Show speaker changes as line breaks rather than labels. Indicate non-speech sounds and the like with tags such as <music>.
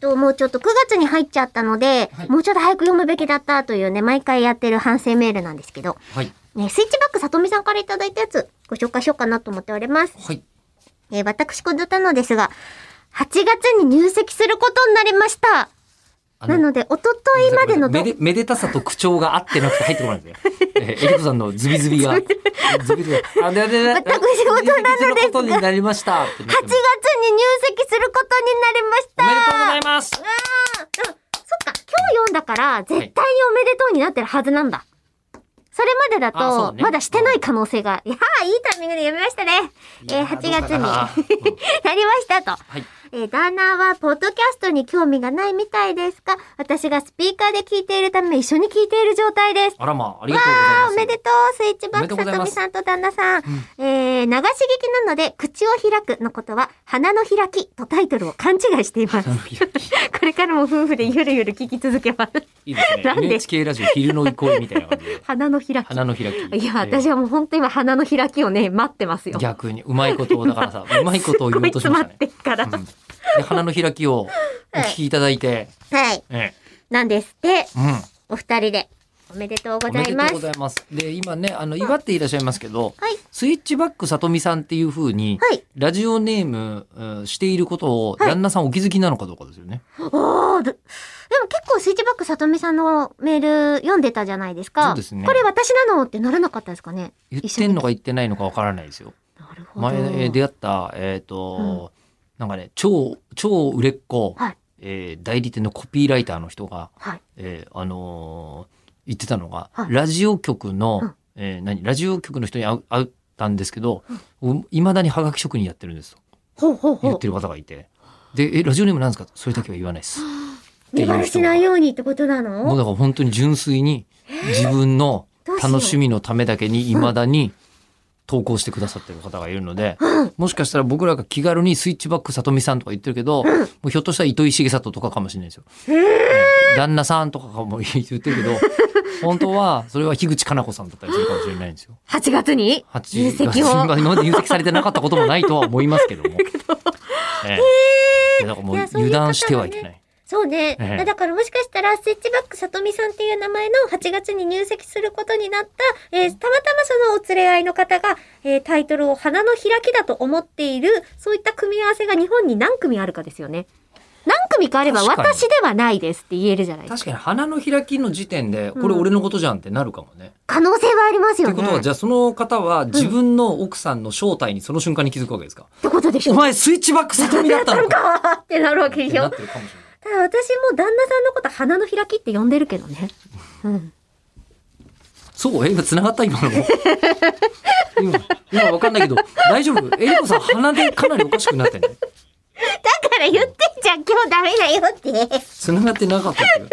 と、もうちょっと9月に入っちゃったので、
はい
もうちょっと早く読むべきだったというね、毎回やってる反省メールなんですけど、
はい。
ね、スイッチバックさとみさんからいただいたやつ、ご紹介しようかなと思っております。
はい。
えー私、こずたのですが、8月に入籍することになりました。
あ
なので、おとといまでの
め
ど
でめでたさと口調が合ってなくて入ってこないんだよ。
<laughs>
えー、えりこさんのズビズビが。ズビズビが。あ、で、で、で、
全く仕事なのですが
することになりました。ってなっ
8
て
月に
ま
入
す
籍することになりまし
お
た
めでとうございます。
うんそっか、今日読んだから、絶対におめでとうになってるはずなんだ。それまでだ
あそう
と、
だね
まだしてない可能性が、いやー、いいタイミングで読みましたね。えー8
いやー
月
どう
に
かなうん
<laughs> なりましたと。
はい。
えー旦那は、ポッドキャストに興味がないみたいですが、私がスピーカーで聞いているため、一緒に聞いている状態です。
あらまあ、あり
わ
がとうございま
ー、
す。
おめでとう、スイッチバッ
おめでと
ク
うご
さと
ざいま
み
す
さんと旦那さん。えー、流し聞きなので、口を開くのことは、花の開きとタイトルを勘違いしてい
<laughs>
ます。これからも夫婦でゆるゆる聞き続けます。
いいですね。
なんで
NHK ラジオ昼の憩いみたいな感じで。
<laughs> 花の開き。
花の開き。
いや、私
は。
はもう本当今花の開きをね、待ってますよ。
逆に、うまいことを、だか
<laughs>
らさ、うまいことを言おうとしましたね
す。っごい詰まってっから。
うんで、花の開きをお聞きいただいて、
はい。
え
なんですって、
え、うん。
お二人で。おめでとうご
お
ざ
め
い
でと
ま
う
す。
ございます。で、今ね、あの、祝っていらっしゃいますけど、
はい。
スイッチバックさとみさんっていうふうに、
はい。
ラジオネームうんしていることを、
はい
旦那さんお気づきなのかどうかですよね。
おーででも結構スイッチバックさとみさんのメール読んでたじゃないですか。
そうですね
これ私なのってならなかったですかね。
言ってんのか言ってないのかわからないですよ。
なるほど。
前えー出会った、えっ、と、なんかね、超、超売れっ子、
はい
えー代理店のコピーライターの人が、
はい。
えーあのー言ってたのが、
はい
ラジオ局の、
うん
えー何ラジオ局の人に会う会ったんですけど、いまだにハガキ職人やってるんです
ほ
と
うほうほ
言っ
う
て。る方がいて、で、え、ラジオネームなんですかそれだけは言わないです。
見バレしないようにってことなの
もうだから本当に純粋に自分の
どうしよう
楽しみのためだけに未だに投稿してくださってる方がいるので、もしかしたら僕らが気軽にスイッチバックさとみさんとか言ってるけど、もうひょっとしたら糸井重里とかかもしれないですよ。うん旦那さんとかかも言ってるけど、本当はそれは樋口かな子さんだったりするかもしれないんですよ。
8月に
八
入籍を。
今まで入籍されてなかったこともないとは思い <laughs> ますけども。ええだからもう
い
い
やそういう
油断してはいけ
方
な
が
い。
そうね、
ええ
だからもしかしたら、スイッチバックさとみさんっていう名前の8月に入籍することになった、えーたまたまそのお連れ合いの方が、えータイトルを花の開きだと思っている、そういった組み合わせが日本に何組あるかですよね。何組かあれば
確かに
私ではないですって言えるじゃないですか。
確かに花の開きの時点でこれ俺のことじゃんってなるかもね。
可能性はあります
と
よ
いう
ね。
ことはじ
ゃ
ゃあその方は自分の奥さんの正体にその瞬間に気づくわけですか、
ってことでしょ。
お前スイッチバック里見だった <laughs> のか
かってなるわ
っ
け
て
でし
な
ょ
っ。てるかもしれない。
ただ私も旦那さんのこと花の開きって呼んでるけどね。うん。
そうえ今繋がった <laughs> 今の今今わかんないけど大丈夫えりこさん鼻でかなりおかしくなってね
だから言ってんじゃん、今日ダメだよって。
繋がってなかったけど